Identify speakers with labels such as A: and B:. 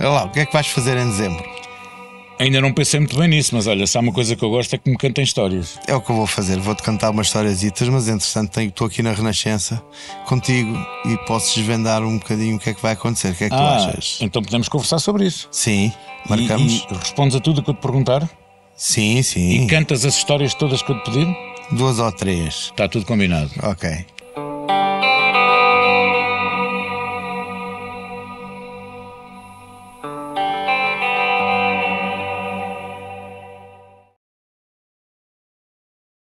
A: Olha lá, o que é que vais fazer em dezembro?
B: Ainda não pensei muito bem nisso, mas olha, se há uma coisa que eu gosto é que me cantem histórias.
A: É o que eu vou fazer, vou-te cantar umas historiazitas, mas entretanto tenho- estou aqui na Renascença contigo e posso desvendar um bocadinho o que é que vai acontecer, o que é que tu achas?
B: então podemos conversar sobre isso.
A: Sim,
B: E-
A: marcamos?
B: E, respondes a tudo o que eu te perguntar
A: Sim,
B: e
A: sim,
B: cantas as histórias todas que eu te pedir.
A: duas ou três.
B: Está tudo combinado.
A: Ok.